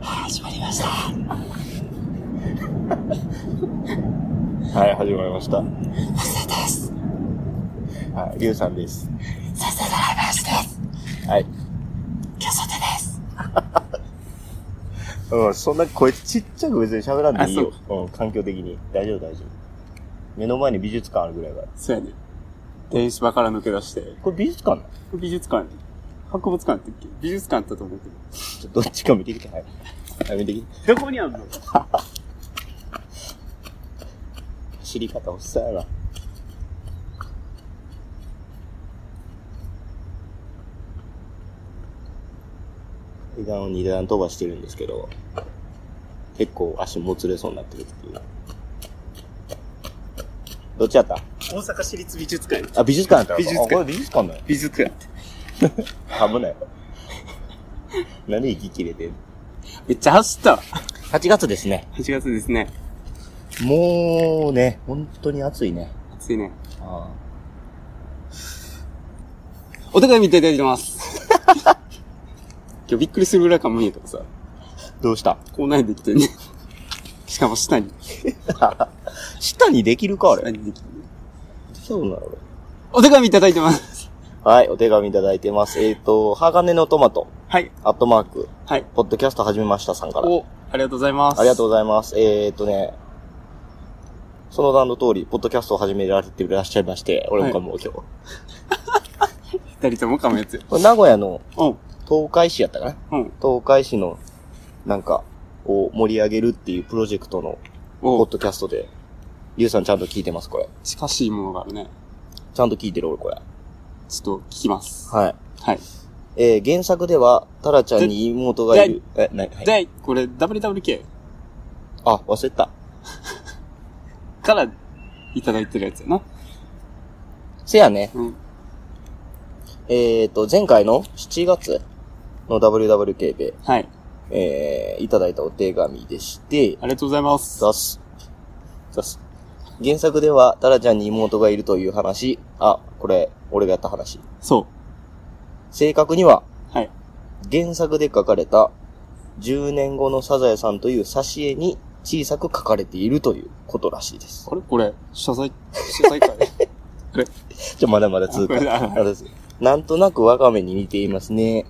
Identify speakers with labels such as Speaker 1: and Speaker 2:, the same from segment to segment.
Speaker 1: 始まりました。
Speaker 2: はい、始まりました。
Speaker 1: マスターです。
Speaker 2: はい、リュウさんです。
Speaker 1: 先生のライブ話です。
Speaker 2: はい。
Speaker 1: 今日ソテです。
Speaker 2: うん、そんな声ちっちゃく別に喋らんでいいよ
Speaker 1: あ。
Speaker 2: うん、環境的に。大丈夫、大丈夫。目の前に美術館あるぐらいだから。
Speaker 1: そうやね。電子場から抜け出して、
Speaker 2: これ美術館なの
Speaker 1: 美術館に、博物館ってっけ美術館だと思うけ
Speaker 2: ちょっとどっちか見てきて。はい。はい、見てきて。
Speaker 1: ど。どこにあんの
Speaker 2: 走り方おっさんやな。階段を二段飛ばしてるんですけど、結構足もつれそうになってるっていう。どっちやった
Speaker 1: 大阪市立美術館
Speaker 2: あ、美術館やった
Speaker 1: 美術館
Speaker 2: あこれ美術館だよ。
Speaker 1: 美術館って。
Speaker 2: 危ない。なんで息切れてる
Speaker 1: めっちゃ走ったわ。
Speaker 2: ?8 月ですね。
Speaker 1: 8月ですね。
Speaker 2: もうね、本当に暑いね。
Speaker 1: 暑いね。
Speaker 2: あ
Speaker 1: お互い見ていただいて ます。今日びっくりするぐらいかもいいとかさ、
Speaker 2: どうした
Speaker 1: こうないできてね。しかも下に。
Speaker 2: 下にできるかあ
Speaker 1: 下
Speaker 2: れ。
Speaker 1: にできてね
Speaker 2: そうなの俺
Speaker 1: お手紙いただいてます。
Speaker 2: はい、お手紙いただいてます。えっ、と、鋼のトマト、
Speaker 1: はい。
Speaker 2: アットマーク、
Speaker 1: はい。
Speaker 2: ポッドキャスト始めましたさんから。
Speaker 1: お、ありがとうございます。
Speaker 2: ありがとうございます。えっ、とね、その段の通り、ポッドキャストを始められていらっしゃいまして、俺もかも今日。
Speaker 1: 二人ともかもやつよ。
Speaker 2: これ名古屋の
Speaker 1: うん。
Speaker 2: 東海市やったかな
Speaker 1: うん。
Speaker 2: 東海市の、なんか、を盛り上げるっていうプロジェクトの、ポ
Speaker 1: お
Speaker 2: ッドキャストで、リュウさんちゃんと聞いてます、これ。
Speaker 1: 近しいものがあるね。
Speaker 2: ちゃんと聞いてる、俺、これ。
Speaker 1: ちょっと聞きます。
Speaker 2: はい。
Speaker 1: はい。
Speaker 2: えー、原作では、タラちゃんに妹がいる。え、なに、はい、
Speaker 1: で、これ WWK
Speaker 2: あ、忘れてた。
Speaker 1: からいただいてるやつやな。
Speaker 2: せやね。
Speaker 1: うん。
Speaker 2: えっ、と、前回の7月の WWK で、
Speaker 1: はい。
Speaker 2: えー、いただいたお手紙でして、
Speaker 1: ありがとうございます。
Speaker 2: ザス。ザス。原作では、タラちゃんに妹がいるという話。あ、これ、俺がやった話。
Speaker 1: そ
Speaker 2: 正確には、
Speaker 1: う。はい。
Speaker 2: 原作で書かれた、10年後のサザエさんという挿絵に小さく書かれているということらしいです。
Speaker 1: あれこれ、謝罪、謝罪 会
Speaker 2: じゃ、まだまだ続く
Speaker 1: あこれだ
Speaker 2: あれですなんとなくワカメに似ていますね。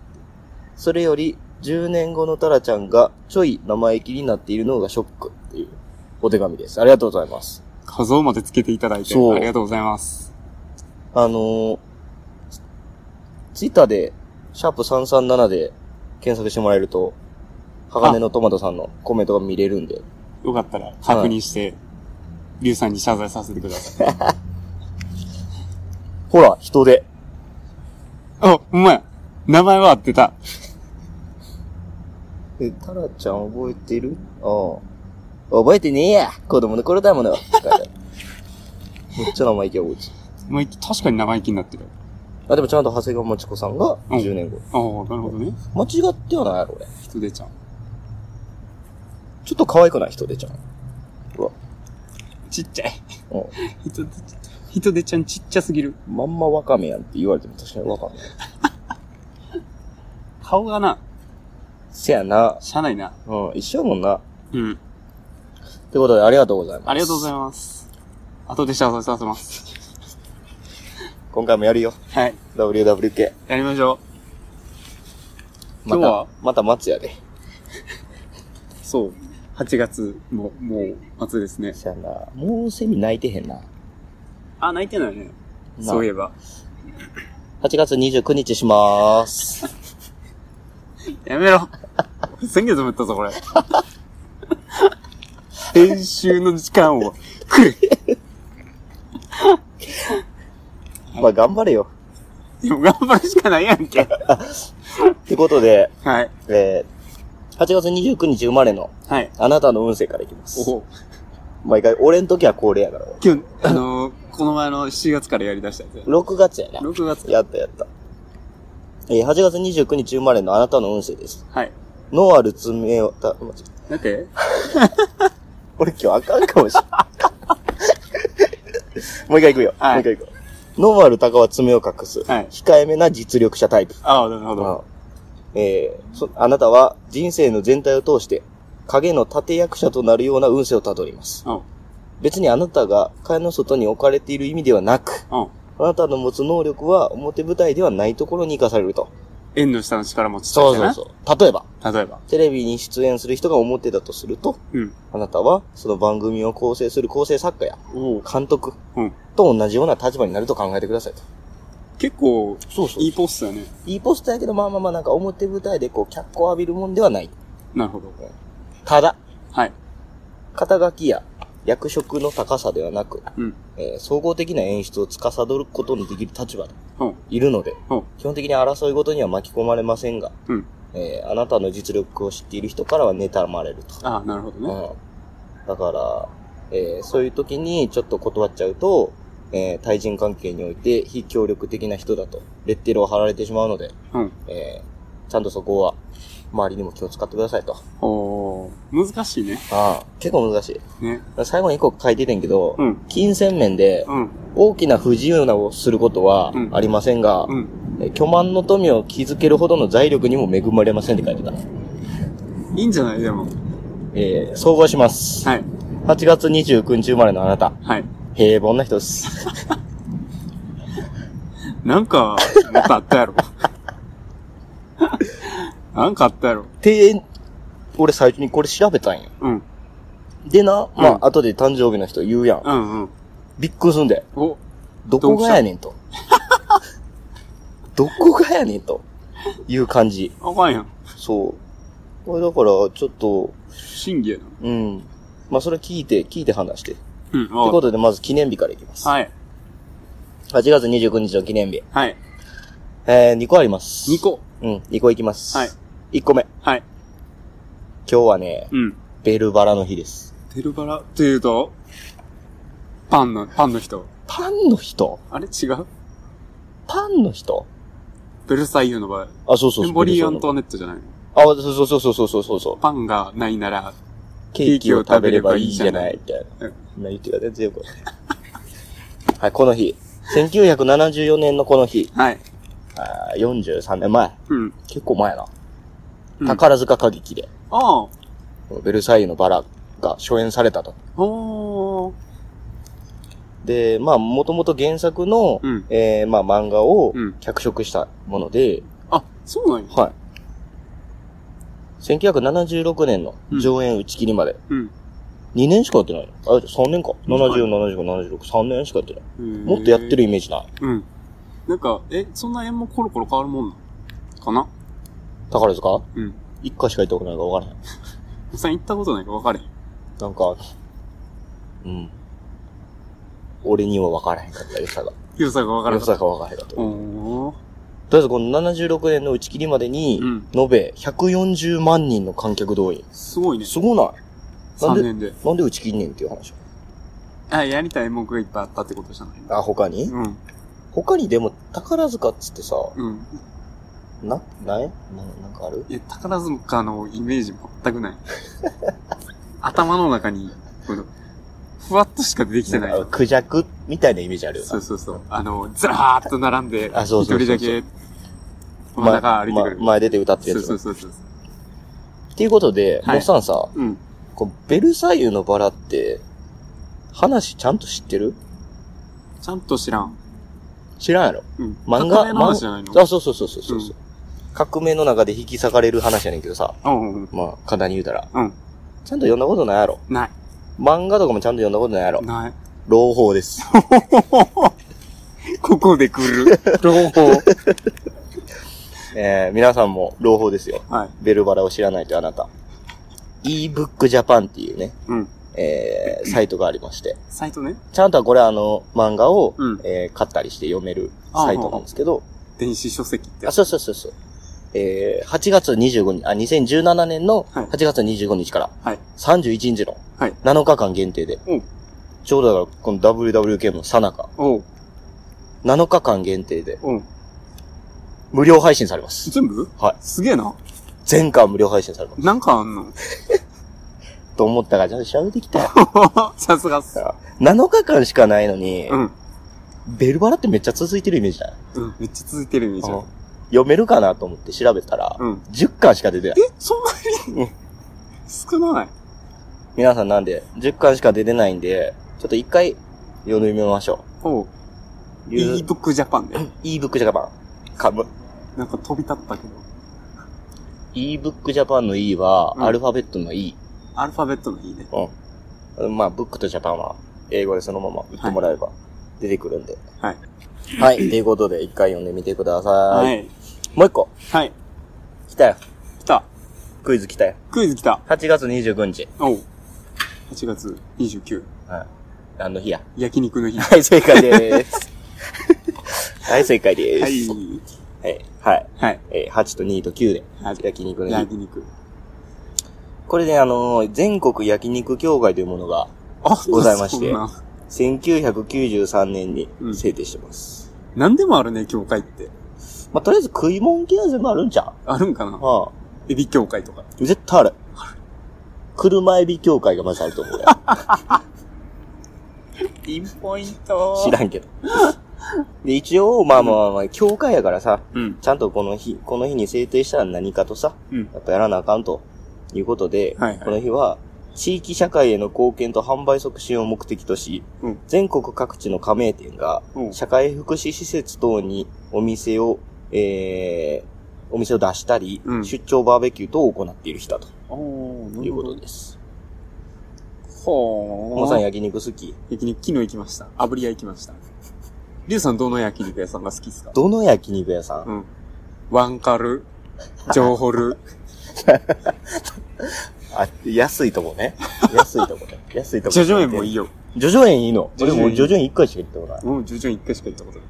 Speaker 2: それより、10年後のタラちゃんがちょい生意気になっているのがショックっていうお手紙です。ありがとうございます。
Speaker 1: 画像までつけていただいて、
Speaker 2: そう
Speaker 1: ありがとうございます。
Speaker 2: あのー、ツイッターで、シャープ337で検索してもらえると、鋼のトマトさんのコメントが見れるんで。
Speaker 1: よかったら確認して、リュウさんに謝罪させてください。
Speaker 2: ほら、人で。
Speaker 1: あ、ほんまや。名前は合ってた。
Speaker 2: え、タラちゃん覚えてるああ。覚えてねえや子供の頃だもの。 って書いてあるめっちゃ生意気やこいつ。
Speaker 1: まあ、確かに生意気になってる。
Speaker 2: あ、でもちゃんと長谷川町子さんが
Speaker 1: うん
Speaker 2: 10年後。
Speaker 1: ああ、なるほどね。
Speaker 2: 間違ってはないやろ、俺。
Speaker 1: 人出ちゃう。
Speaker 2: ちょっと可愛くない人出ちゃう。うわ。
Speaker 1: ちっちゃい。
Speaker 2: う
Speaker 1: 人出ちゃ、人出ちゃんちっちゃすぎる。
Speaker 2: ん。まんまワカメやんって言われても確かにワカメ。
Speaker 1: 顔がな、
Speaker 2: せやな。
Speaker 1: しゃないな。
Speaker 2: うん、一緒やもんな。
Speaker 1: うん。
Speaker 2: ということで、ありがとうございます。
Speaker 1: ありがとうござい
Speaker 2: ま
Speaker 1: ます。後で謝罪させます。
Speaker 2: す。今回もやるよ。
Speaker 1: はい。
Speaker 2: WWK。
Speaker 1: やりましょ
Speaker 2: また
Speaker 1: 今日は
Speaker 2: また松やで。
Speaker 1: う。そう。8月も、もう、末ですね。
Speaker 2: せやな。もうセミ泣いてへんな。
Speaker 1: あ、泣いてないね。
Speaker 2: な
Speaker 1: そういえば。
Speaker 2: 8月29日しまーす。
Speaker 1: やめろ。 先月もやったぞ、これ。 編集の時間をくれ。
Speaker 2: まあ、頑張れよ。
Speaker 1: でも頑張るしかないやんけ。
Speaker 2: ということで、
Speaker 1: はい。
Speaker 2: えー、8月29日生まれの
Speaker 1: はい。
Speaker 2: あなたの運勢からいきます。
Speaker 1: お
Speaker 2: 毎回、俺ん時は恒例やから。俺
Speaker 1: 今日、あのー、この前の7月からやり出したやつや。
Speaker 2: 6月やな。
Speaker 1: 6月。
Speaker 2: やったやった。えー8月29日生まれのあなたの運勢です。
Speaker 1: はい。
Speaker 2: ノある爪を、た、待って
Speaker 1: だって、
Speaker 2: 俺今日あかんかもしれん。 もう一回行くよ。
Speaker 1: はい
Speaker 2: もう一回行くよ。ノーマル高は爪を隠す。
Speaker 1: はい
Speaker 2: 控えめな実力者タイプ。
Speaker 1: ああ、なるほど。
Speaker 2: うんえーそあなたは人生の全体を通して、影の立役者となるような運勢をたどります。
Speaker 1: うん。
Speaker 2: 別にあなたが蚊の外に置かれている意味ではなく、
Speaker 1: うん。
Speaker 2: あなたの持つ能力は表舞台ではないところに活かされると。
Speaker 1: 縁の下の力持ち
Speaker 2: そうそう
Speaker 1: う
Speaker 2: そう。例えば、
Speaker 1: そう。例えば。
Speaker 2: テレビに出演する人が表だとすると、
Speaker 1: うん。
Speaker 2: あなたはその番組を構成する構成作家や
Speaker 1: おお。
Speaker 2: 監督
Speaker 1: うん。
Speaker 2: と同じような立場になると考えてくださいと。
Speaker 1: 結構、
Speaker 2: そうそう
Speaker 1: いいポストやね。
Speaker 2: いいポストやけど、まあまあまあなんか表舞台でこう脚光を浴びるもんではない。
Speaker 1: なるほど。
Speaker 2: ただ、
Speaker 1: はい。
Speaker 2: 肩書きや役職の高さではなく、
Speaker 1: うん。
Speaker 2: えー総合的な演出を司ることのできる立場に
Speaker 1: うん。
Speaker 2: いるので、
Speaker 1: うん。
Speaker 2: 基本的に争いごとには巻き込まれませんが、
Speaker 1: うん。
Speaker 2: えーあなたの実力を知っている人からは妬まれると。
Speaker 1: ああ、なるほどね。
Speaker 2: うん。だから、えーそういう時にちょっと断っちゃうと、えー対人関係において非協力的な人だと、レッテルを貼られてしまうので、
Speaker 1: うん。
Speaker 2: えーちゃんとそこは、周りにも気を使ってくださいと。
Speaker 1: おお。難しいね。
Speaker 2: ああ、結構難しい。
Speaker 1: ね。
Speaker 2: 最後に一個書いててんけど、
Speaker 1: うん。
Speaker 2: 金銭面で、
Speaker 1: うん。
Speaker 2: 大きな不自由なをすることは
Speaker 1: うん
Speaker 2: ありませんが、
Speaker 1: うん。
Speaker 2: えー巨万の富を築けるほどの財力にも恵まれませんって書いてた。
Speaker 1: いいんじゃないでも。
Speaker 2: えー、総合します。
Speaker 1: はい。
Speaker 2: 8月29日生まれのあなた、
Speaker 1: はい。
Speaker 2: 平凡な人です。
Speaker 1: なんか、もっとあったやろ。 なんかあったやろ。
Speaker 2: て、俺最初にこれ調べたんよ。
Speaker 1: うん。
Speaker 2: でな、まあ、
Speaker 1: うん
Speaker 2: 後で誕生日の人言うやん。
Speaker 1: うんうん。
Speaker 2: びっくりすんで。
Speaker 1: お、
Speaker 2: どこがやねんと。どこがやねんと。いう感じ。
Speaker 1: あかんやん。
Speaker 2: そう。これだから、ちょっと、
Speaker 1: 審議やな。
Speaker 2: うん。まあ、それ聞いて、聞いて話して。
Speaker 1: うん、
Speaker 2: という
Speaker 1: わ
Speaker 2: こ
Speaker 1: か
Speaker 2: とで、まず記念日からいきます。
Speaker 1: ったはい。
Speaker 2: 8月29日の記念日。
Speaker 1: はい。
Speaker 2: えー、2個あります。
Speaker 1: 2。個。
Speaker 2: うん、2個いきます。
Speaker 1: はい。
Speaker 2: 1個目。
Speaker 1: はい。
Speaker 2: 今日はね、
Speaker 1: うん。
Speaker 2: ベルバラの日です。
Speaker 1: テルバラというと、パンの、パンの人。
Speaker 2: パンの人
Speaker 1: あれ違う
Speaker 2: パンの人
Speaker 1: ベルサイユの場合。
Speaker 2: あ、そうそうそう。
Speaker 1: ボリー・アン
Speaker 2: と
Speaker 1: トワネットじゃないの
Speaker 2: あ、そうそうそうそうそうそうそう。
Speaker 1: パンがないなら、
Speaker 2: ケーキを食べればいいじゃない、みたいな。
Speaker 1: うん
Speaker 2: 今言ってた全然よくわかんない はい、この日。1974年のこの日。
Speaker 1: はい。
Speaker 2: あー43年前。
Speaker 1: うん。
Speaker 2: 結構前やな。
Speaker 1: うん
Speaker 2: 宝塚歌劇で、
Speaker 1: ああ。
Speaker 2: このベルサイユのバラが初演されたと。
Speaker 1: おー。
Speaker 2: で、まあ、もともと原作の、
Speaker 1: うん
Speaker 2: えーまあ、漫画を
Speaker 1: うん
Speaker 2: 脚色したもので、
Speaker 1: あ、そうなんや。
Speaker 2: はい。1976年の上演打ち切りまで、
Speaker 1: うん。
Speaker 2: 2年しかやってないの。あ、3年か。
Speaker 1: うん
Speaker 2: 70、75、76、3年しかやってない。も
Speaker 1: も
Speaker 2: っとやってるイメージない。
Speaker 1: うん。なんか、え、そんな縁もコロコロ変わるもんなのかな
Speaker 2: 宝塚
Speaker 1: うん。
Speaker 2: 一回しか行ったことないから分からない。
Speaker 1: 実際行ったことないから分かれへん。
Speaker 2: なんか、うん。俺には分からへんかった、良さが。
Speaker 1: 広さが分から
Speaker 2: 良
Speaker 1: なか
Speaker 2: さ
Speaker 1: っ
Speaker 2: が分からへんかった。
Speaker 1: た。
Speaker 2: とり
Speaker 1: おー。
Speaker 2: あえずこの76年の打ち切りまでに、
Speaker 1: うん
Speaker 2: 延べ140万人の観客動員。
Speaker 1: すごいね。
Speaker 2: すごないなんで
Speaker 1: 3年で。
Speaker 2: なんで打ち切んねんっていう話。
Speaker 1: あ、やりたい文句がいっぱいあったってことじゃないの
Speaker 2: あ、他に
Speaker 1: うん。
Speaker 2: 他にでも、宝塚っつってさ、
Speaker 1: うん。
Speaker 2: な、ないななんかある
Speaker 1: いや、宝塚のイメージ全くない。 頭の中に、この、ふわっとしか出てきてない。
Speaker 2: んかクジャクみたいなイメージあるよな。
Speaker 1: そうそうそう。あの、ずらーっと並んで、
Speaker 2: あそう
Speaker 1: 一
Speaker 2: そうそう
Speaker 1: 人だけ、真ん中歩いてくる
Speaker 2: ま。前出て歌ってる
Speaker 1: そう
Speaker 2: やつ。
Speaker 1: そうそうそう。
Speaker 2: っていうことで、
Speaker 1: はい
Speaker 2: もっさんさ、
Speaker 1: うん。
Speaker 2: このベルサイユのバラって、話ちゃんと知ってる
Speaker 1: ちゃんと知らん。
Speaker 2: 知らんやろ
Speaker 1: うん。
Speaker 2: 漫画、
Speaker 1: 革命の話じゃない
Speaker 2: 漫画
Speaker 1: の
Speaker 2: あ、そうそうそうそうそう、
Speaker 1: うん
Speaker 2: 革命の中で引き裂かれる話やねんけどさ、
Speaker 1: うんうん
Speaker 2: まあ、簡単に言うたら。
Speaker 1: うん。
Speaker 2: ちゃんと読んだことないやろ
Speaker 1: ない。
Speaker 2: 漫画とかもちゃんと読んだことないやろ
Speaker 1: ない。
Speaker 2: 朗報です。
Speaker 1: ここで来る。朗報。
Speaker 2: えー、皆さんも朗報ですよ。
Speaker 1: はい。
Speaker 2: ベルバラを知らないというあなた。ebook Japan っていうね、
Speaker 1: うん。
Speaker 2: えー、サイトがありまして。
Speaker 1: サイトね。
Speaker 2: ちゃんとはこれあの、漫画を、
Speaker 1: うん
Speaker 2: えー買ったりして読めるサイトなんですけど、
Speaker 1: 電子書籍って
Speaker 2: あ、。そうそうそうそう。えー、8月25日、あ、2017年の
Speaker 1: はい
Speaker 2: 8月25日から
Speaker 1: はい。
Speaker 2: 31日の
Speaker 1: はい。
Speaker 2: 7日間限定で、
Speaker 1: おう
Speaker 2: ちょうどだからこの WWK のさなか、
Speaker 1: おう
Speaker 2: 7日間限定で
Speaker 1: おう
Speaker 2: 無料配信されます。
Speaker 1: 全部
Speaker 2: はい。
Speaker 1: すげえな。
Speaker 2: 全巻無料配信されます。
Speaker 1: なんかあんの
Speaker 2: と思ったから、じゃあ調べてきたよ。
Speaker 1: さすがっ す。
Speaker 2: 7日間しかないのに、
Speaker 1: うん。
Speaker 2: ベルバラってめっちゃ続いてるイメージだよ。
Speaker 1: うん。めっちゃ続いてるイメージある
Speaker 2: あ読めるかなと思って調べたら、
Speaker 1: うん。
Speaker 2: 10巻しか出てない。
Speaker 1: え、そんなに少ない。
Speaker 2: 皆さんなんで、10巻しか出てないんで、ちょっと一回読んでみましょ
Speaker 1: おう。
Speaker 2: う。いう
Speaker 1: ebook ジャパンで。
Speaker 2: ebook Japan。かむ。
Speaker 1: なんか飛び立ったけど。
Speaker 2: ebook Japan の E は、
Speaker 1: うん
Speaker 2: アルファベットの E。
Speaker 1: アルファベットのいいね。
Speaker 2: うん。まあ、ブックとジャパンは、英語でそのまま言ってもらえば、出てくるんで。
Speaker 1: はい。
Speaker 2: はい。ということで、一回読んでみてください。
Speaker 1: はい。
Speaker 2: もう一個、
Speaker 1: はい。
Speaker 2: 来たよ。
Speaker 1: 来た。
Speaker 2: クイズ来たよ。
Speaker 1: クイズ来た。
Speaker 2: 8月29日。
Speaker 1: おう。8月29。
Speaker 2: はい。何の日や。
Speaker 1: 焼肉の日。は
Speaker 2: はい、正解でーす。 はい、正解でー
Speaker 1: い
Speaker 2: す。。はい。はい。
Speaker 1: はい。
Speaker 2: えー8と2と9で
Speaker 1: はい、
Speaker 2: 焼肉の日。
Speaker 1: 焼肉。
Speaker 2: これね、あのー全国焼肉協会というものが、
Speaker 1: あ、
Speaker 2: ございまして
Speaker 1: そんな
Speaker 2: 1993年に
Speaker 1: うん
Speaker 2: 制定してます。
Speaker 1: 何でもあるね、教会って。
Speaker 2: まあ、とりあえず食い物系は全部あるんじゃん
Speaker 1: あるんかな
Speaker 2: ああ。
Speaker 1: エビ教会とか。
Speaker 2: 絶対ある。車エビ協会がまずあると 思うよ。
Speaker 1: ピンポイント
Speaker 2: 知らんけど。で、一応、まあまあまあまあ、教会やからさ、
Speaker 1: うん。
Speaker 2: ちゃんとこの日、この日に制定したら何かとさ、
Speaker 1: うん。
Speaker 2: やっぱやらなあかんということで、
Speaker 1: はいはい
Speaker 2: この日は、地域社会への貢献と販売促進を目的とし、
Speaker 1: うん
Speaker 2: 全国各地の加盟店が
Speaker 1: うん、
Speaker 2: 社会福祉施設等にお店を、えー、お店を出したり、
Speaker 1: うん
Speaker 2: 出張バーベキュー等を行っている日だと
Speaker 1: おー、ないる
Speaker 2: う
Speaker 1: ほ
Speaker 2: こ
Speaker 1: ど
Speaker 2: と。です。も
Speaker 1: ほ
Speaker 2: もさん
Speaker 1: ー。
Speaker 2: 焼肉好き
Speaker 1: 焼肉、昨日行きました。炙り屋行きました。りゅうさんどの焼肉屋さんが好きですか
Speaker 2: どの焼肉屋さん、
Speaker 1: うん。ワンカル、ジョー ホル、
Speaker 2: あ、安いとこ ね。安いとこね。安いとこ。
Speaker 1: ジョジョ園もいいよ。
Speaker 2: ジョジョ園いいの
Speaker 1: ジョ
Speaker 2: 俺
Speaker 1: ジョ園
Speaker 2: もうジョジョ園1回しか行ったことない。
Speaker 1: うん、ジョジョ園一回しか行ったことない。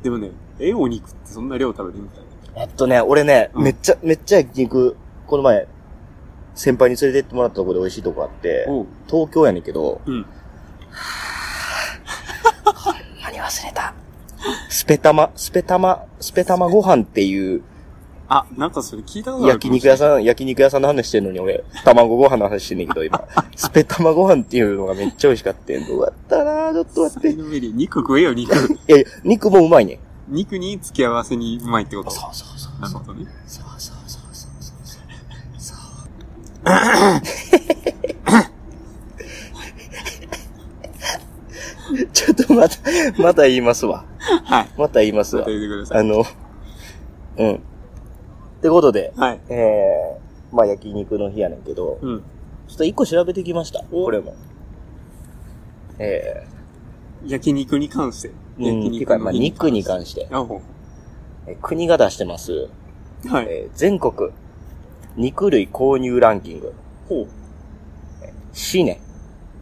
Speaker 2: え
Speaker 1: でもね、え、お肉ってそんな量食べるみたいな。
Speaker 2: ーえっとね、俺ね、
Speaker 1: うん
Speaker 2: めっちゃ、めっちゃ焼肉、この前、先輩に連れてってもらったとこで美味しいとこあって、
Speaker 1: おう。
Speaker 2: 東京やねんけど、
Speaker 1: うん。
Speaker 2: 何忘れた。スペ玉、スペ玉、スペ玉ご飯っていう
Speaker 1: あ、なんかそれ聞いたことある
Speaker 2: 焼肉屋さん、焼肉屋さんの話してんのに俺、卵ご飯の話してんねんけど、今。スペ玉ご飯っていうのがめっちゃ美味しかったん。どうやったなちょっと待
Speaker 1: サ
Speaker 2: って。
Speaker 1: イ
Speaker 2: い
Speaker 1: ドメリー肉食え よ、肉。
Speaker 2: やいや、肉もうまいねん。
Speaker 1: 肉に付け合わせにうまいってこと。
Speaker 2: うそうそう
Speaker 1: なるほどね。
Speaker 2: そうそうそうそうそうそう。そう。ちょっとまた、また言いますわ。
Speaker 1: はい。
Speaker 2: また言います
Speaker 1: ま
Speaker 2: わ
Speaker 1: た。言ってくださ
Speaker 2: あ
Speaker 1: い。
Speaker 2: の、うん。ってことで、
Speaker 1: はい。
Speaker 2: えー、まあ焼肉の日やねんけど、
Speaker 1: うん。
Speaker 2: ちょっと一個調べてきました。
Speaker 1: お
Speaker 2: これも。え
Speaker 1: 焼肉に関して。
Speaker 2: ー、うん、
Speaker 1: 焼
Speaker 2: てか、まあ
Speaker 1: 日
Speaker 2: 肉に関して、
Speaker 1: あ、ほ
Speaker 2: えー国が出してます、
Speaker 1: う。はい。
Speaker 2: えー全国肉類購入ランキング。
Speaker 1: ほう。
Speaker 2: 市ね。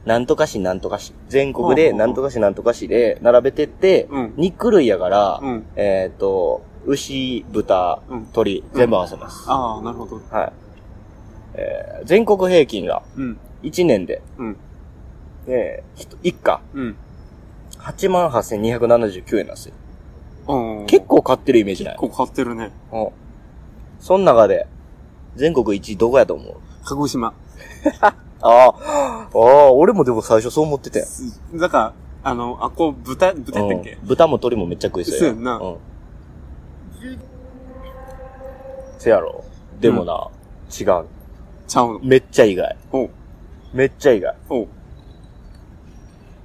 Speaker 2: なんとか市なんとか市。全国で
Speaker 1: ほうほうほう
Speaker 2: なんとか市なんとか市で並べてって、
Speaker 1: うん
Speaker 2: 肉類やから、
Speaker 1: うん。
Speaker 2: えっ、と、牛、豚、
Speaker 1: うん
Speaker 2: 鳥、全部合わせます。
Speaker 1: ああ、なるほど。
Speaker 2: はい。えー全国平均が
Speaker 1: うん。
Speaker 2: 1年で、
Speaker 1: うん。
Speaker 2: えー、一家、
Speaker 1: うん。
Speaker 2: 88,279円なんですよ。
Speaker 1: うん。
Speaker 2: 結構買ってるイメージない
Speaker 1: 構買ってるね。
Speaker 2: うん。そん中で、全国1位どこやと思う
Speaker 1: 鹿児島。
Speaker 2: ああ、ああ、俺もでも最初そう思ってたよ。
Speaker 1: すだから、あの、あ、こう、豚、豚やったっけ
Speaker 2: うん、豚も鳥もめっちゃ食いそうや
Speaker 1: そうやんな
Speaker 2: うん、せやろでもな、違う。
Speaker 1: ちゃうの。
Speaker 2: めっちゃ意外。
Speaker 1: ほう。
Speaker 2: めっちゃ意外。
Speaker 1: ほう。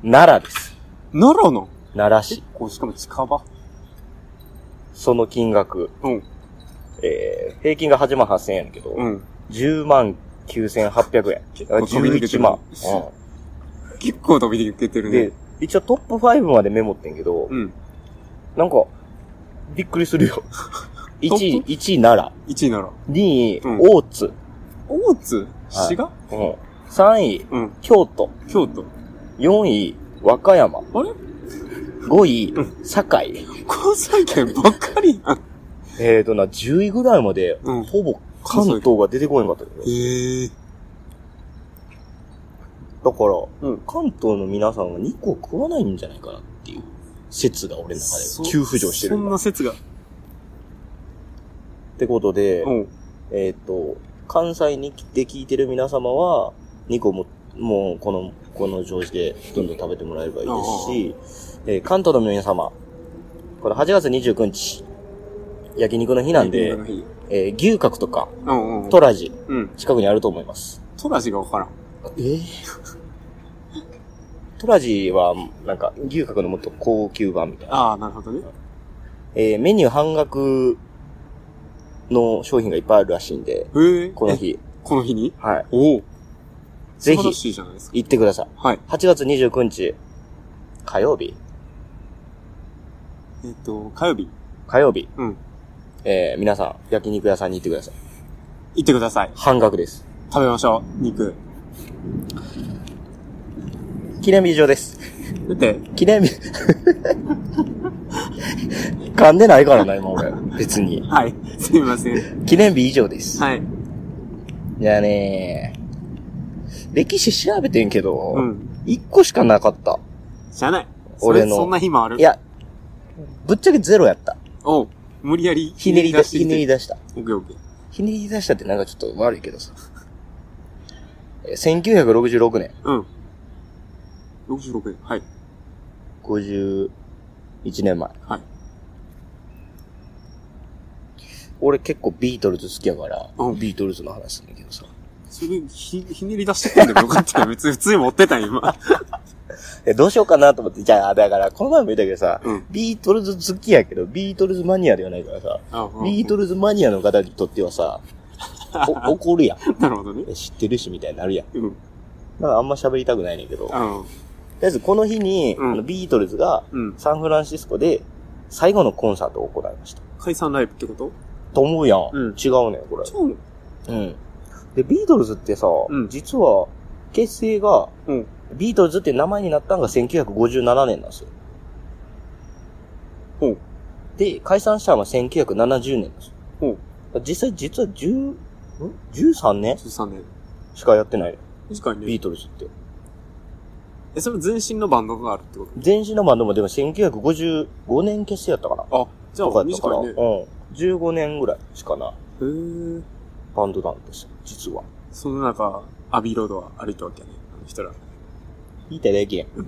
Speaker 2: 奈良です。
Speaker 1: 奈良の
Speaker 2: 奈良
Speaker 1: 結
Speaker 2: 市。
Speaker 1: 構、しかも近場。
Speaker 2: その金額、
Speaker 1: うん。
Speaker 2: えー、平均が8万8000円やけど、
Speaker 1: うん。
Speaker 2: 10万9800円。
Speaker 1: 結構飛び抜けて
Speaker 2: 11
Speaker 1: る
Speaker 2: 万。
Speaker 1: 結構飛び抜けて
Speaker 2: う
Speaker 1: る
Speaker 2: ん、
Speaker 1: ね
Speaker 2: で。、一応トップ5までメモってんけど、
Speaker 1: うん。
Speaker 2: なんか、びっくりす るよ。1
Speaker 1: 本当
Speaker 2: 位、1位奈
Speaker 1: 1位なら。
Speaker 2: 良。2位、
Speaker 1: うん
Speaker 2: 大津。
Speaker 1: 大津
Speaker 2: はい
Speaker 1: 滋賀
Speaker 2: うん。3位、
Speaker 1: うん。
Speaker 2: 京都。
Speaker 1: 京都。
Speaker 2: 4位、和歌山。
Speaker 1: あれ
Speaker 2: 5位
Speaker 1: う、
Speaker 2: 堺。
Speaker 1: 関西圏ばっかりやん。
Speaker 2: えーとな、10位ぐらいまで、
Speaker 1: うん
Speaker 2: ほぼ関東が出てこなかったけど。
Speaker 1: ええ。
Speaker 2: だから、
Speaker 1: うん。
Speaker 2: 関東の皆さんは2個食わないんじゃないかなっていう説が俺の中
Speaker 1: そ
Speaker 2: で急浮上してる
Speaker 1: そん
Speaker 2: 今。
Speaker 1: な説が。
Speaker 2: ってことで、
Speaker 1: うん。
Speaker 2: えっ、と、関西に来て聞いてる皆様は、2個も、もう、この、この調子でどんどん食べてもらえればいいですし、えー関東の皆様、これ8月29日、焼肉の日なんで
Speaker 1: う、ん
Speaker 2: えー牛角とか、
Speaker 1: うんうん。
Speaker 2: トラジ、
Speaker 1: うん。
Speaker 2: 近くにあると思います。
Speaker 1: トラジがわからん。
Speaker 2: ええ トラジは、なんか、牛角のもっと高級版みたいな。
Speaker 1: ああ、なるほどね。
Speaker 2: えーメニュー半額の商品がいっぱいあるらしいんで、
Speaker 1: へえ。
Speaker 2: この
Speaker 1: え。
Speaker 2: 日。
Speaker 1: この日に
Speaker 2: はい。
Speaker 1: おお。
Speaker 2: ぜ
Speaker 1: 素晴ら
Speaker 2: ひ、
Speaker 1: しいじゃないですか。
Speaker 2: 行ってください。
Speaker 1: はい。
Speaker 2: 8月29日、火曜日
Speaker 1: えっと、火曜日。
Speaker 2: 火曜日。
Speaker 1: うん。
Speaker 2: えー皆さん、焼肉屋さんに行ってください。
Speaker 1: 行ってください。
Speaker 2: 半額です。
Speaker 1: 食べましょう。肉。
Speaker 2: 記念日以上です。
Speaker 1: だって、
Speaker 2: 記念日。 噛んでないからな、今俺。別に。
Speaker 1: はい。 すみません。
Speaker 2: 記念日以上です。
Speaker 1: はい。
Speaker 2: じゃあね歴史調べてんけ
Speaker 1: う
Speaker 2: ど、
Speaker 1: ん。
Speaker 2: 一1個しかなかった。
Speaker 1: じゃない。
Speaker 2: 俺の
Speaker 1: それそんな日もある。
Speaker 2: い。や、ぶっちゃけゼロやった。
Speaker 1: おう無理やり
Speaker 2: ひねりだ、
Speaker 1: して
Speaker 2: ひねり出した。
Speaker 1: オッケーオッケー。
Speaker 2: ひねり出したってなんかちょっと悪いけどさ。えー1966年、
Speaker 1: うん。66円。はい。
Speaker 2: 51年前。
Speaker 1: はい。
Speaker 2: 俺結構ビートルズ好きやから、
Speaker 1: うん
Speaker 2: ビートルズの話すんだけどさ。
Speaker 1: それ、ひ、ひねり出してくんでもよかった よ。別に普通に持ってたよ、 今。
Speaker 2: え、どうしようかなと思って、じゃあ、だから、この前も言ったけどさ、
Speaker 1: うん
Speaker 2: ビートルズ好きやけど、ビートルズマニアではないからさ、
Speaker 1: あうん
Speaker 2: ビートルズマニアの方にとってはさ、 お怒るやん。
Speaker 1: なるほどね。
Speaker 2: え知ってるし、みたいになるやん。
Speaker 1: うん。
Speaker 2: だからあんま喋りたくないねんけど、とり
Speaker 1: あ
Speaker 2: あえずこの日に、
Speaker 1: うん
Speaker 2: あのビートルズが
Speaker 1: うん。
Speaker 2: サンフランシスコで最後のコンサートを行いました。
Speaker 1: 解散ライブってこと
Speaker 2: と思うやん。
Speaker 1: うん
Speaker 2: 違うねん、これ。
Speaker 1: そう
Speaker 2: うん。で、ビートルズってさ、
Speaker 1: うん
Speaker 2: 実は、結成が、
Speaker 1: うん
Speaker 2: ビートルズって名前になったのが1957年なんですよ。
Speaker 1: ほう。
Speaker 2: で、解散したのは1970年なんですよ。
Speaker 1: ほう。
Speaker 2: 実際、実は10、ん ?13 年
Speaker 1: 13年。
Speaker 2: しかやってない。
Speaker 1: 確かに
Speaker 2: ビー
Speaker 1: ね。
Speaker 2: トルズって。
Speaker 1: え、それ全身のバンドがあるってこと
Speaker 2: 前身のバンドもでも1955年結成やったかな。
Speaker 1: あ、じゃ
Speaker 2: とか
Speaker 1: あ
Speaker 2: やったから。
Speaker 1: 短いね。
Speaker 2: う
Speaker 1: へ
Speaker 2: ん。15年ぐらいしかな、
Speaker 1: え。
Speaker 2: バンドなんですよ、実は。
Speaker 1: その中、アビーロードは歩いたわけやね。あの人ら。
Speaker 2: 言いたいだけやん。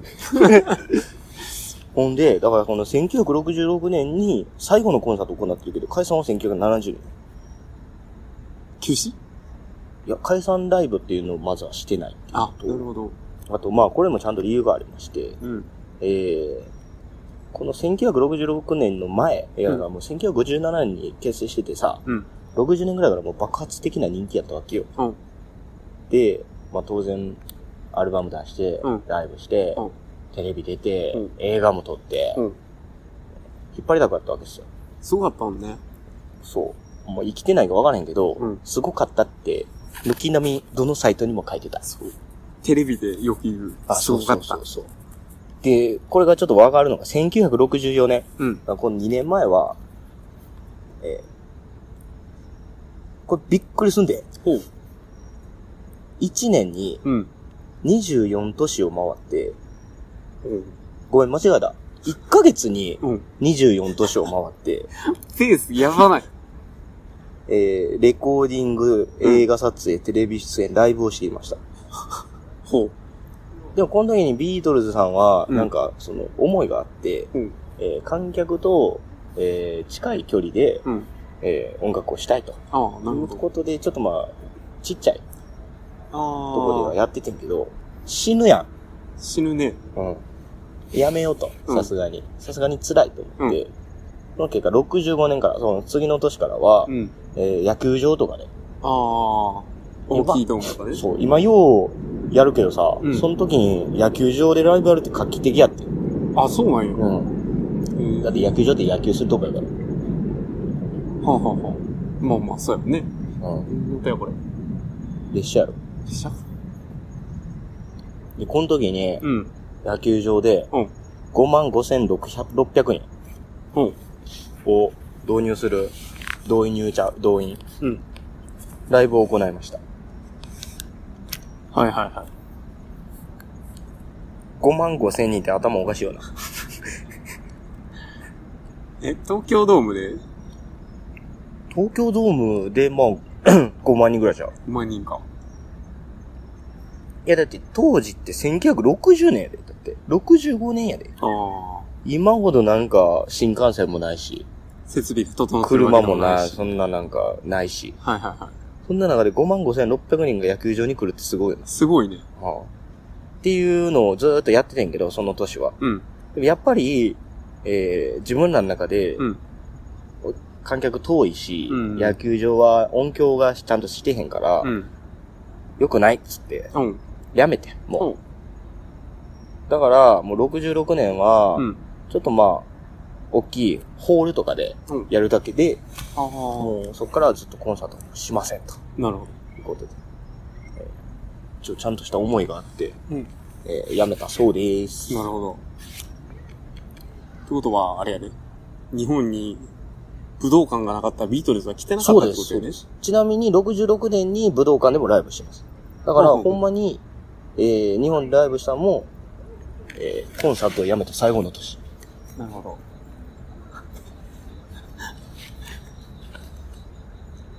Speaker 2: ほんで、だからこの1966年に最後のコンサートを行ってるけど、解散は1970年。
Speaker 1: 休止
Speaker 2: いや、解散ライブっていうのをまずはしてない。
Speaker 1: あ、
Speaker 2: と
Speaker 1: なるほど。
Speaker 2: あと、まあ、これもちゃんと理由がありまして、
Speaker 1: うん。
Speaker 2: えー、この1966年の前、いや、だからもう1957年に結成しててさ、
Speaker 1: うん
Speaker 2: 60年ぐらいからもう爆発的な人気やったわけよ。
Speaker 1: うん
Speaker 2: で、まあ、当然、アルバム出して、
Speaker 1: うん
Speaker 2: ライブして、
Speaker 1: うん
Speaker 2: テレビ出て、
Speaker 1: うん
Speaker 2: 映画も撮って、
Speaker 1: うん
Speaker 2: 引っ張りだこやったわけですよ。
Speaker 1: すごかったもんね。
Speaker 2: そう。もう生きてないか分からへんけど、
Speaker 1: うん
Speaker 2: すごかったって、軒並みどのサイトにも書いてた。
Speaker 1: そう。テレビでよく言う。すごかった。
Speaker 2: そうそうそう。で、これがちょっと分かるのが、1964年、
Speaker 1: うん。
Speaker 2: この2年前は、えーこれびっくりすんで、
Speaker 1: ほう。
Speaker 2: 1年に
Speaker 1: うん。
Speaker 2: 24都市を回って、
Speaker 1: うん。
Speaker 2: ごめん、間違えた。1ヶ月に
Speaker 1: うん。
Speaker 2: 24都市を回って、
Speaker 1: ペースやばない。
Speaker 2: えーレコーディング、映画撮影、テレビ出演、ライブをしていました。
Speaker 1: ほう。
Speaker 2: でもこの時にビートルズさんは、
Speaker 1: うん
Speaker 2: なんか、その、思いがあって、
Speaker 1: うん
Speaker 2: えー観客と、えー近い距離で、
Speaker 1: うん
Speaker 2: えー音楽をしたいと。
Speaker 1: ああ、なる
Speaker 2: いう
Speaker 1: ほど。
Speaker 2: ことで、ちょっとまあ、ちっちゃいとこ
Speaker 1: あ
Speaker 2: では
Speaker 1: あ。
Speaker 2: やっててんけど、死ぬや
Speaker 1: 死ぬね。
Speaker 2: ん。うん。やめようと、
Speaker 1: うん
Speaker 2: さすがに。さすがに辛いと思って、その結果65年から、その次の年からは、
Speaker 1: うん。
Speaker 2: えー野球場とかね、
Speaker 1: ああ。大きいドームとかね。
Speaker 2: そう、今ようやるけどさ、
Speaker 1: うん
Speaker 2: その時に野球場でライブやるって画期的やって。
Speaker 1: あ、そうなんや。
Speaker 2: うん。
Speaker 1: うん
Speaker 2: だって野球場って野球するとこやから。
Speaker 1: はあ、はあはあ、まあまあ、そうやね。
Speaker 2: うん。
Speaker 1: 本当や、これ。
Speaker 2: 列車やろ。
Speaker 1: シャ
Speaker 2: で、この時に、
Speaker 1: うん。
Speaker 2: 野球場で
Speaker 1: うん、
Speaker 2: 5万5,600人
Speaker 1: うん。
Speaker 2: を導入する、動員入社、動員、
Speaker 1: うん。
Speaker 2: ライブを行いました。
Speaker 1: はいはいは
Speaker 2: 5万5,000人って頭おかしいよな。
Speaker 1: い。え、東京ドームで
Speaker 2: 東京ドームで、まあ、5万 人ぐらいじゃん。い
Speaker 1: 5万人か。
Speaker 2: や、だって当時って1960年やで。だって、65年やで。
Speaker 1: ああ。
Speaker 2: 今ほどなんか、新幹線もないし、
Speaker 1: 設備が整ってるわ
Speaker 2: 車
Speaker 1: け
Speaker 2: も
Speaker 1: で
Speaker 2: な、
Speaker 1: し
Speaker 2: そんななんか、ないし。
Speaker 1: はいはいはい。
Speaker 2: そんな中で5万5600人が野球場に来るってすごいな。
Speaker 1: すごいね。
Speaker 2: はあっていうのをずーっとやっててんけど、その年は。
Speaker 1: うん。
Speaker 2: でもやっぱり、えー自分らの中で、
Speaker 1: うん
Speaker 2: 観客遠いし、
Speaker 1: うん
Speaker 2: 野球場は音響がちゃんとしてへんから、
Speaker 1: うん。
Speaker 2: 良くないっつって、
Speaker 1: うん。
Speaker 2: やめて、も
Speaker 1: お
Speaker 2: う。だから、もう66年は、
Speaker 1: うん。
Speaker 2: ちょっとまあ、大きいホールとかで
Speaker 1: うん
Speaker 2: やるだけで、
Speaker 1: ああ。
Speaker 2: もうそっからはずっとコンサートもしませんと。
Speaker 1: なるほど。
Speaker 2: ということで、えーちょちゃんとした思いがあって、
Speaker 1: うん
Speaker 2: えーやめたそうです。
Speaker 1: なるほど。ってことは、あれやで。日本に武道館がなかったらビートルズは来てなか
Speaker 2: そ
Speaker 1: った
Speaker 2: うで
Speaker 1: ってこ
Speaker 2: す、そ
Speaker 1: とよ
Speaker 2: う
Speaker 1: ね
Speaker 2: で。す。ちなみに66年に武道館でもライブしてます。だから、
Speaker 1: うんうんうん
Speaker 2: ほんまに、えー日本でライブしたのも、えーコンサートをやめた最後の年。
Speaker 1: なるほど。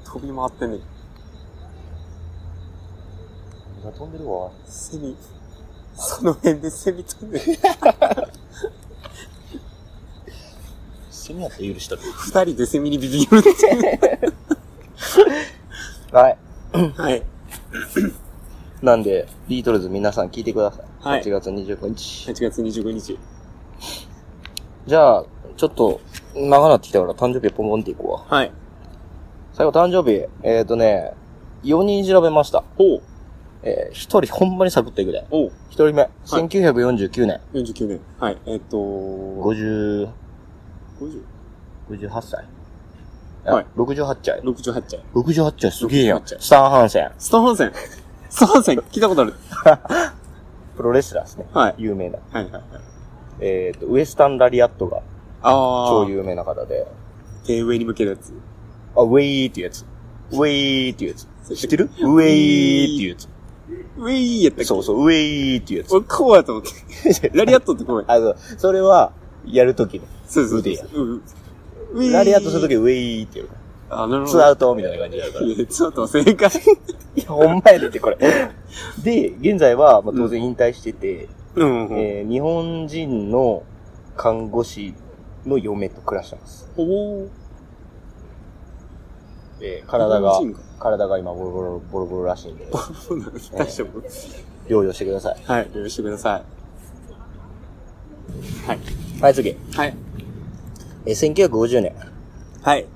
Speaker 1: 飛び回ってね。
Speaker 2: が飛んでるわ。
Speaker 1: セミ。その辺でセミ飛んでる。
Speaker 2: セミやって許したる。
Speaker 1: 二人でセミにビビるっていう。
Speaker 2: はい。
Speaker 1: はい。
Speaker 2: なんで、ビートルズ皆さん聞いてください。
Speaker 1: はい
Speaker 2: 8月25日。
Speaker 1: 8月25日。
Speaker 2: じゃあ、ちょっと、長なってきたから誕生日ポンポンっていこうわ。
Speaker 1: はい。
Speaker 2: 最後誕生日、えっ、ー、とね、4人調べました。
Speaker 1: ほう。
Speaker 2: えー、1人ほんまにサクッといくで。
Speaker 1: おう。
Speaker 2: 1人目、1949年、
Speaker 1: 49年。はい。えっと、50?
Speaker 2: 50、58歳。
Speaker 1: は
Speaker 2: あ。
Speaker 1: い
Speaker 2: 68歳。
Speaker 1: 68歳。
Speaker 2: 68歳すげえやん。
Speaker 1: 68歳
Speaker 2: スタン・ハンセン。
Speaker 1: スタンハンセン。スタンハンセン聞いたことある。
Speaker 2: プロレスラーですね。
Speaker 1: はい。
Speaker 2: 有名な。
Speaker 1: はいはいはい。
Speaker 2: えっ、と、ウエスタン・ラリアットが
Speaker 1: ああ。
Speaker 2: 超有名な方で。
Speaker 1: 手上に向けるやつ。
Speaker 2: あ、ウェイーっていうやつ。ウェイーっていうやつ。知ってる
Speaker 1: ウ
Speaker 2: ウ
Speaker 1: ェ
Speaker 2: ェ
Speaker 1: イ
Speaker 2: イ
Speaker 1: ー
Speaker 2: ーってていうう
Speaker 1: っい
Speaker 2: やつ。
Speaker 1: ウェイやったっけ
Speaker 2: そうそう、ウェイーっていうやつ。
Speaker 1: 俺、こうやと思 って。ラリアットってこうや。
Speaker 2: あの、それは、やるときの。
Speaker 1: そうそう
Speaker 2: 腕や
Speaker 1: そう。うんウ
Speaker 2: ラリアットするとき
Speaker 1: き。
Speaker 2: ウェイーってやる。
Speaker 1: あ、なるほ
Speaker 2: ツーア
Speaker 1: ど。
Speaker 2: ウトみたいな感じでやるから。
Speaker 1: いやちょっと 正解。
Speaker 2: いや、ほんまやでって、 これ。で、現在は、まあ、当然引退してて、
Speaker 1: うんうんうん。
Speaker 2: えー日本人の看護師の嫁と暮らしてます。
Speaker 1: おー
Speaker 2: えー体が
Speaker 1: 日本人か、
Speaker 2: 体が今ボロボロ、ボロボロらしいんで、
Speaker 1: そうなの大丈夫
Speaker 2: 療養してください。
Speaker 1: はい、許してください。はい。
Speaker 2: はい、次。え
Speaker 1: はい。
Speaker 2: ー1950年、
Speaker 1: はい。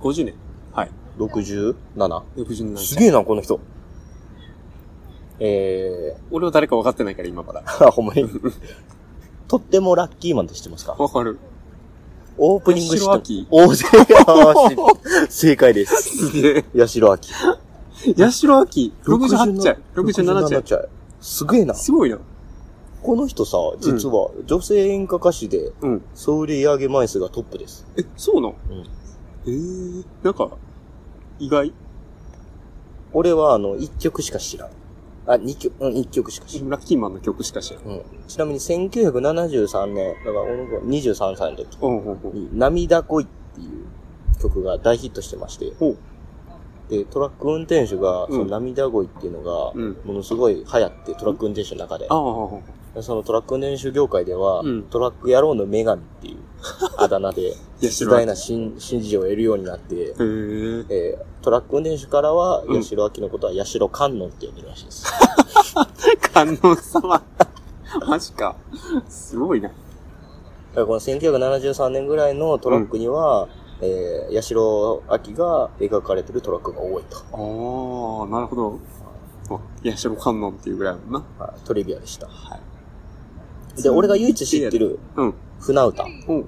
Speaker 1: 50年。はい。
Speaker 2: 67。
Speaker 1: 67
Speaker 2: す
Speaker 1: 歳。
Speaker 2: げえな、この人。え
Speaker 1: 俺は誰か分かってないから、今まだ。
Speaker 2: ー、 あ、ほんまに。とってもラッキーマンって知ってますか
Speaker 1: わかる。
Speaker 2: オープニング
Speaker 1: 八代亜紀
Speaker 2: おー正解です。
Speaker 1: すげえ。
Speaker 2: 八代亜紀。
Speaker 1: 八代亜紀、68歳。67歳。
Speaker 2: 歳。すげえな。
Speaker 1: すごいな。
Speaker 2: この人さ、実は女性演歌歌手で、
Speaker 1: うん。
Speaker 2: 総売上げ枚数がトップです。
Speaker 1: え、そうなの
Speaker 2: うん
Speaker 1: えー、なんか、意外
Speaker 2: 俺はあの、一曲しか知らん。あ、二曲、うん、一曲しか知らん。
Speaker 1: ラッキーマンの曲しか知らん。
Speaker 2: うん。ちなみに1973年、だから俺が23歳の時
Speaker 1: うんうんうん。
Speaker 2: に、涙恋っていう曲が大ヒットしてまして、
Speaker 1: ほう。
Speaker 2: で、トラック運転手が、
Speaker 1: ん
Speaker 2: その涙恋っていうのが、
Speaker 1: うん。
Speaker 2: ものすごい流行って、トラック運転手の中で
Speaker 1: あ。あ。
Speaker 2: でそのトラック運転手業界では、
Speaker 1: うん
Speaker 2: トラック野郎の女神って いうあだ名で、
Speaker 1: いや
Speaker 2: 絶大な信信じを得るようになって、
Speaker 1: へえ。
Speaker 2: えートラック運転手からは、
Speaker 1: うん
Speaker 2: 八代亜紀のことは八代観音って呼んでるらしいです。
Speaker 1: 観音様。マジか。すごいな。
Speaker 2: だからこの1973年ぐらいのトラックには、えー八代亜紀が描かれてるトラックが多いと。
Speaker 1: ああ、なるほど。あ八代観音っていうぐらいだもんな。
Speaker 2: はいトリビアでした。
Speaker 1: は
Speaker 2: で、俺が唯一知ってる
Speaker 1: うん。
Speaker 2: 船歌。い
Speaker 1: おう。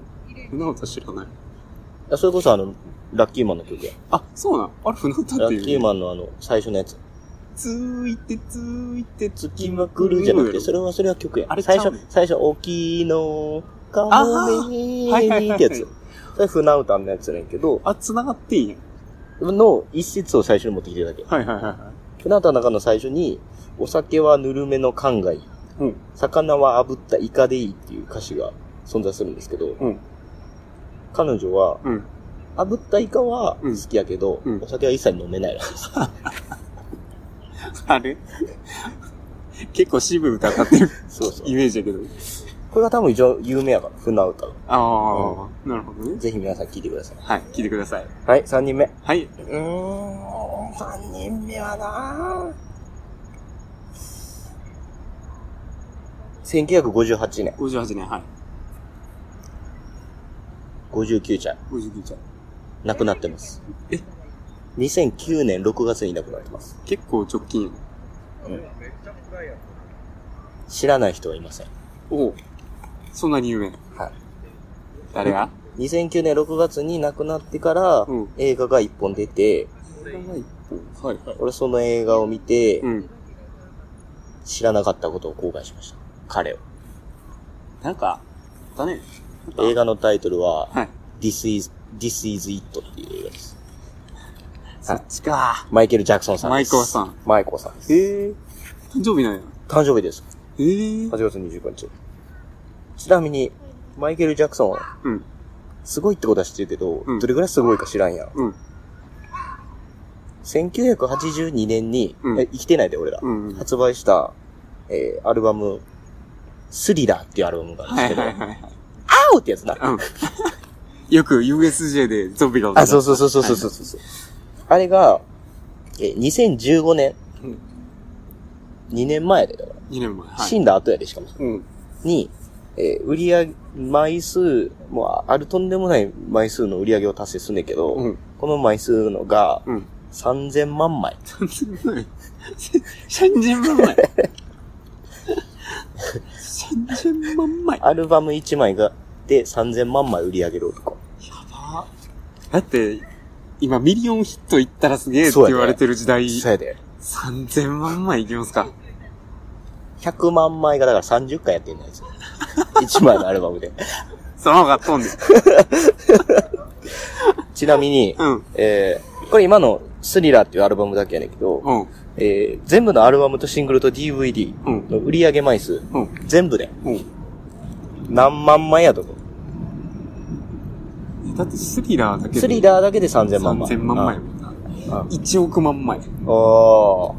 Speaker 1: 船歌知らない。
Speaker 2: やそれこそあの、ラッキーマンの曲や。
Speaker 1: あ、そうなん。あれ船歌って
Speaker 2: ラ
Speaker 1: いう。
Speaker 2: ッキーマンのあの、最初のやつ。
Speaker 1: ついてついてつ
Speaker 2: 月は来るじゃなくて、それはそれは曲や。
Speaker 1: あれちゃう
Speaker 2: 最
Speaker 1: の
Speaker 2: 初、最初、沖の川
Speaker 1: あーはい
Speaker 2: め
Speaker 1: はいはい
Speaker 2: に
Speaker 1: はい
Speaker 2: ってやつ。それ船歌のやつやねんけど、
Speaker 1: あ、繋がってんやん。
Speaker 2: の一節を最初に持ってきてるだけ。
Speaker 1: はいはいはいは
Speaker 2: 船歌の中の最初に、お酒はぬるめの缶がいい。
Speaker 1: い。うん。
Speaker 2: 魚は炙ったイカでいいっていう歌詞が存在するんですけど、
Speaker 1: うん。
Speaker 2: 彼女は、
Speaker 1: うん。
Speaker 2: 炙ったイカは
Speaker 1: うん
Speaker 2: 好きやけど、
Speaker 1: うん
Speaker 2: お酒は一切飲めないらしいです。
Speaker 1: あれ結構渋い歌歌ってる
Speaker 2: そうそう
Speaker 1: イメージだけど。
Speaker 2: これが多分一応有名やから、船歌が。
Speaker 1: ああ、なるほどね。
Speaker 2: ぜひ皆さん聞いてください。
Speaker 1: はい、聞いてください。
Speaker 2: はい、3人目。う
Speaker 1: はい。
Speaker 2: ーん、3人目はな1958年、
Speaker 1: 58年、はい。
Speaker 2: 59ちゃん、
Speaker 1: 59ちゃん。
Speaker 2: 亡くなってます。
Speaker 1: え
Speaker 2: 2009年6月に亡くなってます。
Speaker 1: 結構直近やね。
Speaker 2: 知らない人はいません。
Speaker 1: おお。そんなに有名。
Speaker 2: はい。
Speaker 1: 誰が
Speaker 2: 2009年6月に亡くなってから
Speaker 1: うん、
Speaker 2: 映画が1本出て、
Speaker 1: はい、はい。
Speaker 2: 俺その映画を見て
Speaker 1: う、ん。
Speaker 2: 知らなかったことを後悔しました。彼を。
Speaker 1: なんか、だね。
Speaker 2: 映画のタイトルは、
Speaker 1: はい。
Speaker 2: This is, This is It っていう映画です。
Speaker 1: そっちか。
Speaker 2: マイケル・ジャクソンさん
Speaker 1: マ
Speaker 2: で
Speaker 1: イ
Speaker 2: す。
Speaker 1: コーさん。
Speaker 2: マイコーさんです。
Speaker 1: へえ。誕生日なんや。
Speaker 2: 誕生日です。
Speaker 1: へえ
Speaker 2: 8。月25日。ちなみに、マイケル・ジャクソンは、
Speaker 1: うん。
Speaker 2: すごいってことは知ってるけど、
Speaker 1: うん
Speaker 2: どれぐらいすごいか知らんやん。
Speaker 1: うん。
Speaker 2: 1982年に、
Speaker 1: うん
Speaker 2: え生きてないで俺ら、
Speaker 1: うんうん
Speaker 2: 発売した、えーアルバム、スリラーっていうアルバムがあるんで
Speaker 1: は
Speaker 2: すけ
Speaker 1: い
Speaker 2: ど、
Speaker 1: はいはいはい。
Speaker 2: 青ってやつな。
Speaker 1: うん。 よく USJ でゾンビが。
Speaker 2: あ、そうそううそうそうそうそうそう、あれが、えー、2015年、
Speaker 1: うん
Speaker 2: 2年前でだから、
Speaker 1: 2年前。は
Speaker 2: 死
Speaker 1: い。
Speaker 2: んだ後やでしかも、
Speaker 1: うん。
Speaker 2: に、えー売り上げ、枚数、もうあるとんでもない枚数の売り上げを達成すんねんけど、
Speaker 1: うん。
Speaker 2: この枚数のが
Speaker 1: うん。
Speaker 2: 3000万枚。
Speaker 1: 30分前。30分前。30万枚。や
Speaker 2: アルバム1枚が、で3000万枚売り上げる男。
Speaker 1: ば。だって、今ミリオンヒットいったらすげえって
Speaker 2: そうやね
Speaker 1: 言われてる時代、
Speaker 2: そうやで。
Speaker 1: 3000万枚いきますか。
Speaker 2: 100万枚がだから30回やってんないですよ。1枚のアルバム で。
Speaker 1: その方が飛んで。
Speaker 2: ちなみに、
Speaker 1: うん。
Speaker 2: えーこれ今のスリラーっていうアルバムだけやねんけど、
Speaker 1: うん。
Speaker 2: えー全部のアルバムとシングルと DVD
Speaker 1: うん
Speaker 2: の売り上げ枚数、
Speaker 1: うん。
Speaker 2: 全部で
Speaker 1: う
Speaker 2: 何万枚やと思う。
Speaker 1: ん。だってスリラーだけで。
Speaker 2: スリラーだけで3000万枚。
Speaker 1: 3000万枚
Speaker 2: うん。
Speaker 1: もんな。
Speaker 2: あ
Speaker 1: 1億万枚。
Speaker 2: おー。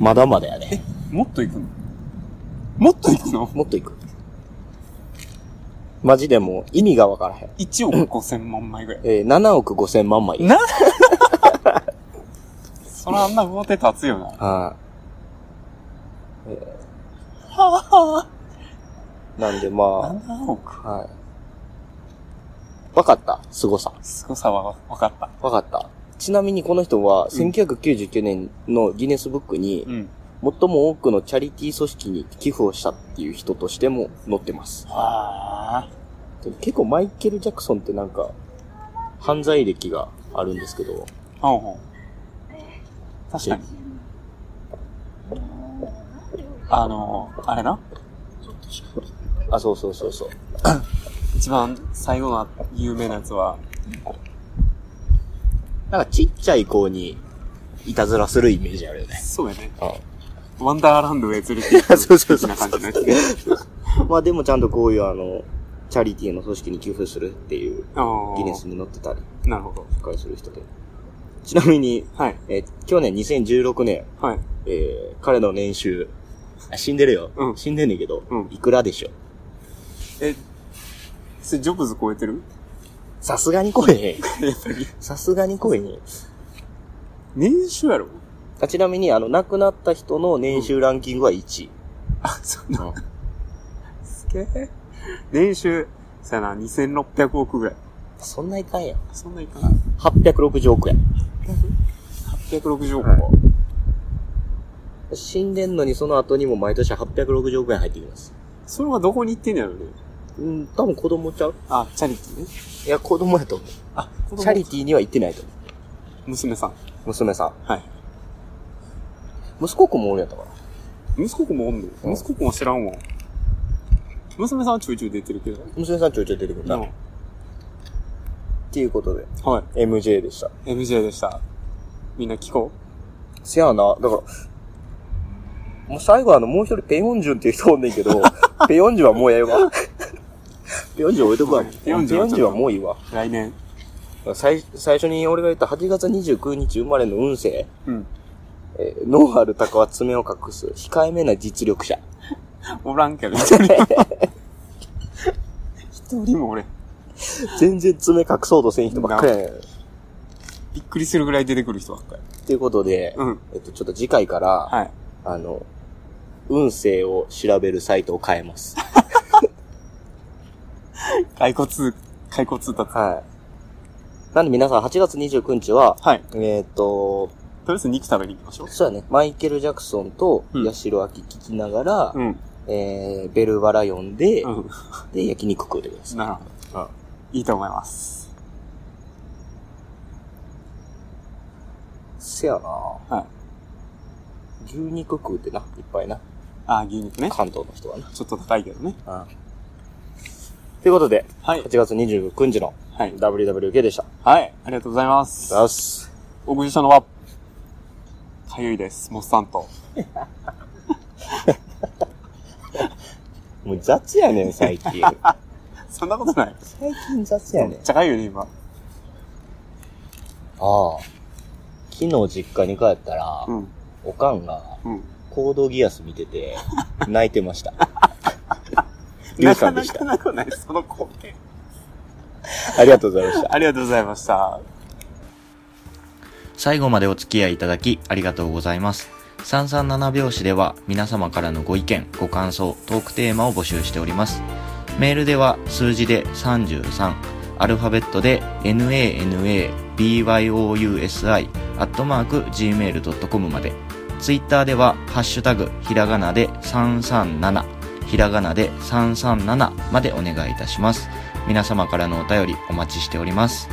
Speaker 2: まだまだやね。
Speaker 1: もっといくのもっといくの
Speaker 2: もっといく。マジでもう意味がわからへん。
Speaker 1: ?1 億5000万枚ぐらい。
Speaker 2: えー、7億5千万枚。
Speaker 1: なそらあんな豪邸立つよな。
Speaker 2: はい。え
Speaker 1: は
Speaker 2: ーなんでま
Speaker 1: 7億
Speaker 2: あ、。はい。わかった。凄さ。
Speaker 1: すごさは分かった。
Speaker 2: わかった。ちなみにこの人は、
Speaker 1: うん
Speaker 2: 1999年のギネスブックに、
Speaker 1: ん。
Speaker 2: 最も多くのチャリティー組織に寄付をしたっていう人としても載ってます。
Speaker 1: はあ。
Speaker 2: でも結構マイケル・ジャクソンってなんか、犯罪歴があるんですけど、
Speaker 1: ほうほう。確かに。あの、あれな。
Speaker 2: あ、そうそうそうそう。
Speaker 1: 一番最後の有名なやつは、
Speaker 2: なんかちっちゃい子に、いたずらするイメージあるよね。
Speaker 1: そうやね。
Speaker 2: う
Speaker 1: ワンダーランドへ連れて行
Speaker 2: ん。
Speaker 1: く。
Speaker 2: そうそう
Speaker 1: 的
Speaker 2: そう
Speaker 1: な感じのやつね。
Speaker 2: まあでもちゃんとこういうあの、チャリティーの組織に寄付するっていう
Speaker 1: あー
Speaker 2: ギネスに載ってたり、
Speaker 1: なるほど。
Speaker 2: 紹介する人で。ちなみに、
Speaker 1: はい。
Speaker 2: えー去年2016年、
Speaker 1: はい。
Speaker 2: えー彼の年収、あ死んでるよ。
Speaker 1: うん
Speaker 2: 死んでんねんけど、
Speaker 1: うん
Speaker 2: いくらでしょう
Speaker 1: え、それジョブズ超えてる
Speaker 2: さすがに来えへん。
Speaker 1: やっぱり。
Speaker 2: さすがに来えへん。
Speaker 1: 年収やろ
Speaker 2: あちなみに、あの、亡くなった人の年収ランキングは1位。
Speaker 1: あ、そうなんすげえ。年収、さやな、2600億ぐらい。
Speaker 2: そんないかんやん。
Speaker 1: そんないかな。
Speaker 2: 860億や。
Speaker 1: 860億
Speaker 2: は死んでんのにその後にも毎年860億円入ってきます。
Speaker 1: それはどこに行ってんやろね。
Speaker 2: うん、多分子供ちゃう
Speaker 1: あ、チャリティーね。
Speaker 2: いや、子供やと思う。
Speaker 1: あ、子供
Speaker 2: チャリティーには行ってないと思
Speaker 1: 娘さん。
Speaker 2: う。娘さん。
Speaker 1: はい。
Speaker 2: 息子子もおるやったから。
Speaker 1: 息子くんもおん
Speaker 2: うん
Speaker 1: の息子くんは知らんわ。娘さんはちょいちょい出てるけど。
Speaker 2: 娘さんちょいちょい出てくるな。っ
Speaker 1: は
Speaker 2: ていうことで、
Speaker 1: い。
Speaker 2: MJ でした。
Speaker 1: MJ でした。みんな聞こ
Speaker 2: せやな、だから、もう最後あの、もう一人ペヨンジュンっていう人おんねんけ ど、ペヨンジュンはもうええ わ。ペヨンジュン置いとくわ。
Speaker 1: ペヨンジュンはちょっと
Speaker 2: はもういいわ。
Speaker 1: う。来年。
Speaker 2: 最、最初に俺が言った8月29日生まれの運勢。
Speaker 1: うん。
Speaker 2: えー、ノーアルタカは爪を隠す、控えめな実力者。
Speaker 1: おらん けど、一人。一人も俺、
Speaker 2: 全然爪隠そうとせん人ばっかりやねん。っ
Speaker 1: びっくりするぐらい出てくる人ばっかり。
Speaker 2: ていうことで、
Speaker 1: うん。
Speaker 2: えっと、ちょっと次回から、
Speaker 1: はい。
Speaker 2: あの、運勢を調べるサイトを変えます。
Speaker 1: 骸骨、骸骨だった。
Speaker 2: はい。なんで皆さん8月29日は、
Speaker 1: はい。とり
Speaker 2: えっ、と、
Speaker 1: あえず肉食べに行きましょう。
Speaker 2: そうだね、マイケル・ジャクソンと
Speaker 1: うん
Speaker 2: 八代亜紀聞きながら、
Speaker 1: うん。
Speaker 2: えー、ベルバラ読んで、
Speaker 1: うん。
Speaker 2: で、焼肉食うてください。
Speaker 1: なるほど。いいと思います。
Speaker 2: せやな
Speaker 1: はい。
Speaker 2: 牛肉食うてな、いっぱいな。
Speaker 1: あ、牛肉ね。
Speaker 2: 関東の人はな。
Speaker 1: ちょっと高いけどね。
Speaker 2: うん。ということで、
Speaker 1: はい。
Speaker 2: 8月29日の
Speaker 1: はい。
Speaker 2: WWK でした。
Speaker 1: はい。ありがとうございます。
Speaker 2: よし。
Speaker 1: おぐじしゃのは、かゆいです。モッサンと。
Speaker 2: もう雑やねん、最近。
Speaker 1: そんなことない。
Speaker 2: 最近雑やね
Speaker 1: め
Speaker 2: ん
Speaker 1: っ。ちゃかゆいね、今。
Speaker 2: ああ。昨日実家に帰ったら、
Speaker 1: うん。
Speaker 2: おかんが
Speaker 1: うん。
Speaker 2: コードギアス見てて、泣いて ました。 りゅう
Speaker 1: な
Speaker 2: さ
Speaker 1: か
Speaker 2: んで
Speaker 1: な
Speaker 2: した
Speaker 1: かなくない、その光景。
Speaker 2: ありがとうございました。
Speaker 1: ありがとうございました。
Speaker 3: 最後までお付き合いいただきありがとうございます。337拍子では皆様からのご意見、ご感想、トークテーマを募集しております。メールでは数字で33、アルファベットで nanabyousi、アットマーク gmail.com まで。ツイッターではハッシュタグ、ひらがなで337、ひらがなで337までお願いいたします。皆様からのお便りお待ちしております。